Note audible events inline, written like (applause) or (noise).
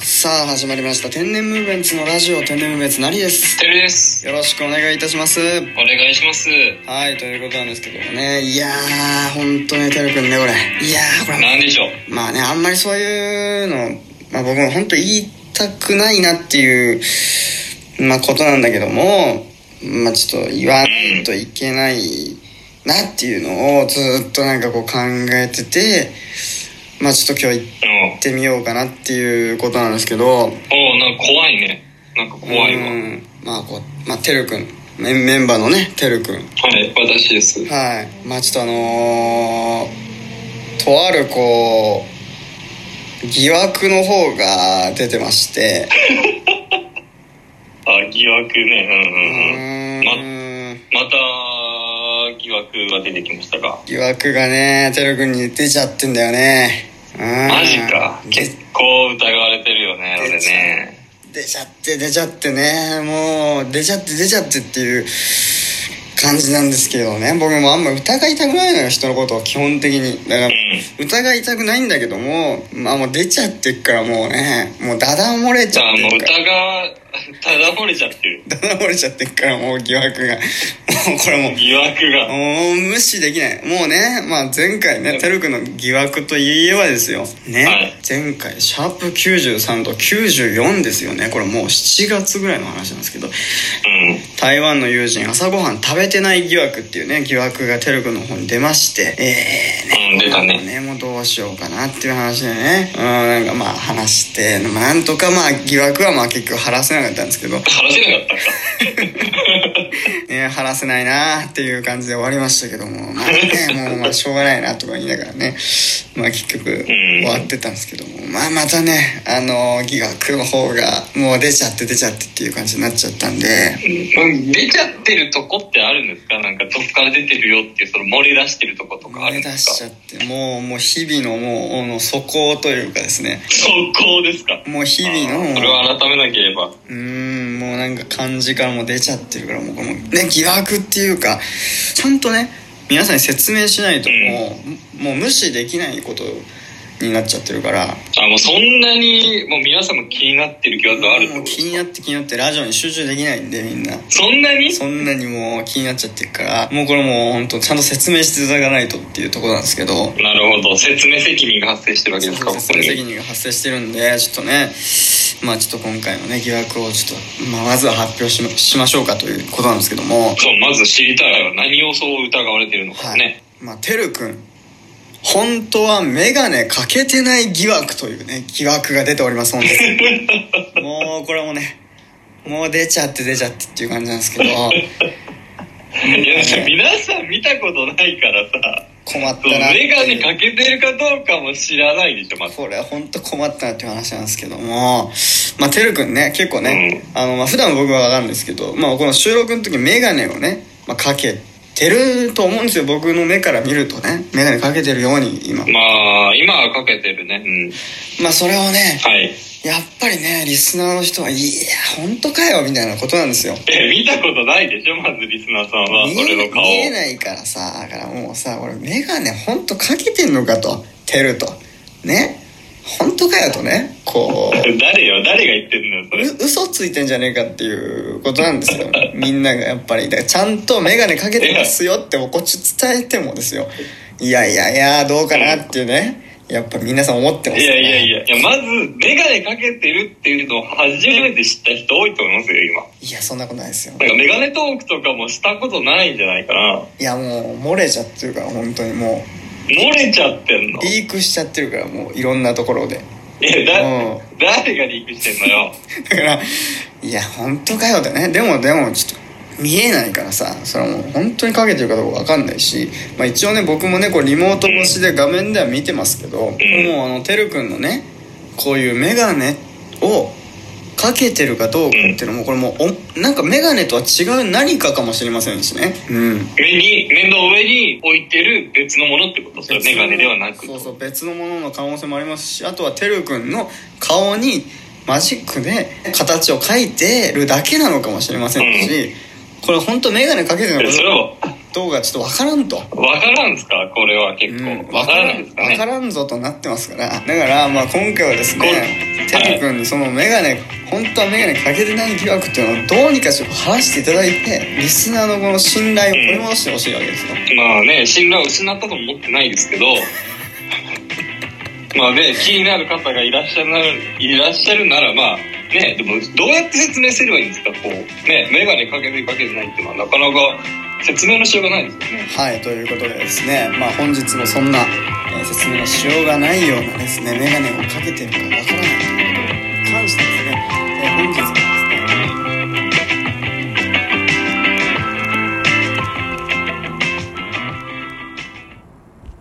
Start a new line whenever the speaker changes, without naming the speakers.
さあ始まりました天然ムーブメンツのラジオ天然ムーブメンツなりです
てるです。
よろしくお願いいたします
お願いします。
はいということなんですけどもねいやー本当にてるくんねこれいやーこれ
なんでしょう。
まあねあんまりそういうの、まあ、僕も本当言いたくないなっていう、まあ、ことなんだけどもまあちょっと言わないといけないなっていうのをずっとなんかこう考えててまあちょっと今日行
うん
ってみようかなっていうことなんですけど
おうなんか怖いね。なんか怖いわ。
うんまあこうまあてるくんメンメンバーのねてるくん
はい、私です。うん。
はいまあちょっとあのーとあるこう疑惑の方が出てまして
あ、疑惑
う
ね。
ーん
うんうん。また、疑惑が出てきましたか。
疑惑がねてるくんに出ちゃってんだよねうん
マジか。
で
結構疑われてるよね、俺ね。
出ちゃって出ちゃってねもう出ちゃって出ちゃってっていう感じなんですけどね僕もあんま疑いたくないのよ人のことを基本的にだから
うん。
疑いたくないんだけどもまあもう出ちゃってっからもうねもうダダ漏れち
じ
ゃ
ゃあ
っ
もう
てっから
疑わ、ただ漏れちゃってる。
ダダ漏れちゃってっからもう疑惑がもうこれもう
疑惑が。
もう無視できないもうね、まあ、前回ねてるくんの疑惑といえばですよね、
はい
前回シャープ93と94ですよねこれもう7月ぐらいの話なんですけど
うん。
台湾の友人朝ごはん食べてない疑惑っていうね疑惑がてるくんの方に出ましてえー
うん出たね
これももうどうしようかなっていう話でねうんなんかまあ話してまあなんとかまあ疑惑はまあ結局晴らせなかったんです
(laughs)
けど
話せなかったか。
(laughs) ね、話せないなーっていう感じで終わりましたけども、まあね、もうまあしょうがないなとか言いながらね、まあ結局終わってたんですけども、まあまたね、あのー、疑惑の方がもう出ちゃって出ちゃってっていう感じになっちゃったんで、
うん出ちゃってるとこってあるんですかなんかどっから出てるよっていう、その漏れ出してるとことか
漏
ある
れ
んで
出
すか
しちゃって、もうもう日々のもう、あの底というかですね、
そこですか
もう日々の、
それを改めなければ
うーんもうなんか感じからもう出ちゃってるからもうこのね疑惑っていうかちゃんとね皆さんに説明しないともう、もう無視できないことになっちゃってるから
あもうそんなにもう皆さんも気になってる疑惑があるっ
も
てこ
う
と
気になって気になってラジオに集中できないんでみんな
そんなに
そんなにもう気になっちゃってるからもうこれもう本当ちゃんと説明していただかないとっていうところなんですけど
なるほど説明責任が発生してるわけですかこ
説
こ
明
に
責任が発生してるんでちょっとねまあちょっと今回のね疑惑をちょっと、まあ、まずは発表しましましょうかということなんですけども
そうまず知りたいは何をそう疑われてるのか
はい、
ね、
まあてるくん本当は眼鏡かけてない疑惑というね疑惑が出ております本
(laughs)
当にもうこれもねもう出ちゃって出ちゃってっていう感じなんですけど
い、や
はい
皆さん見たことないからさ
困っ
そう
たなって
眼鏡
いう
かけてるかどうかも知らないでしょまず
これは本当困ったなっていう話なんですけどもまあてるくんね結構ね、あのまあ普段僕は分かるんですけど、まあ、この収録の時眼鏡をね、まあ、かけてると思うんですよ僕の目から見るとね眼鏡かけてるように今
まあ今はかけてるねうん
まあそれをね
はい
やっぱりねリスナーの人はいや本当かよみたいなことなんですよ
え見たことないでしょまずリスナーさんは
見
俺
え
の顔
見えないからさだからもうさ俺眼鏡本当かけてんのかとてるとね本当かよとねこう
誰よ誰が言ってんのよ (laughs) それ
う嘘ついてんじゃねえかっていうことなんですよみんながやっぱりだからちゃんと眼鏡かけてますよってこっち伝えてもですよいやいやいやどうかなっていうねやっぱ皆さん思ってます
い
よ
や
ね
いやいや、いやまず、メガネかけてるっていうのを初めて知った人多いと思いますよ、今。
いやそんなことないですよ
なんかメガネトークとかもしたことないんじゃないかな。
いやもう漏れちゃってるから本当にも
漏れちゃってんの。
うリークしちゃってるからもういろんなところで
いや、だ、
うん
誰がリークしてんのよ。
だからいや本当かよってねでもでもちょっと見えないからさそれはもう本当にかけてるかどうか分かんないし、まあ、一応ね僕もねこうリモート越しで画面では見てますけど、もうあのてるくんのねこういう眼鏡をかけてるかどうかっていうのもこれもうおなんか眼鏡とは違う何かかもしれませんしねうん
目に、目の上に置いてる別のものってことそれメガネではなく。
そうそう別のものの可能性もありますしあとはてるくんの顔にマジックで形を描いてるだけなのかもしれませんし、これ本当メガネかけてる
い
の
やそれ
か
は、
ことがちょっと分からんと。
わからんですかこれは結
うん、
構。
わ
わ
か
から
ら
ん
ん
ですか
わか
ね
らんぞとなってますからだからまあ今回はですね
こ
て
れ
るくんにそのメガネ本当はメガネかけてない疑惑っていうのをどうにかして晴らしていただいてリスナーのこの信頼を取り戻してほしいわけですよ
まあね、信頼を失ったとも思ってないですけど、まあね、気になる方がいらっしゃるなら、いらっしゃるなら、まあ、ね、でもどうやって説明すればいいんですかこう、ね、メガネかけてるかけてないっていうのはなかなか説明のしようがないですよね。
はいということでですねまあ本日もそんな、えー説明のしようがないようなですねメガネをかけてるかわからないということに関してですね、えー本日は